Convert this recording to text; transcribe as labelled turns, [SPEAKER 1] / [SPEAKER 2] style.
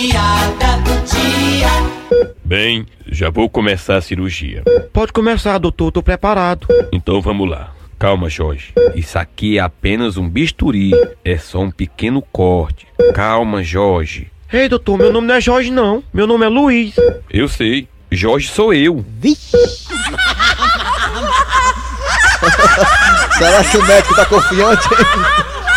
[SPEAKER 1] piada do dia.
[SPEAKER 2] Bem, já vou começar a cirurgia.
[SPEAKER 3] Pode começar, doutor, tô preparado.
[SPEAKER 2] Então vamos lá. Calma, Jorge. Isso aqui é apenas um bisturi. É só um pequeno corte. Calma, Jorge.
[SPEAKER 3] Ei, doutor, meu nome não é Jorge, não. Meu nome é Luiz.
[SPEAKER 2] Eu sei. Jorge sou eu.
[SPEAKER 4] Vixe! Será que o médico tá confiante, hein?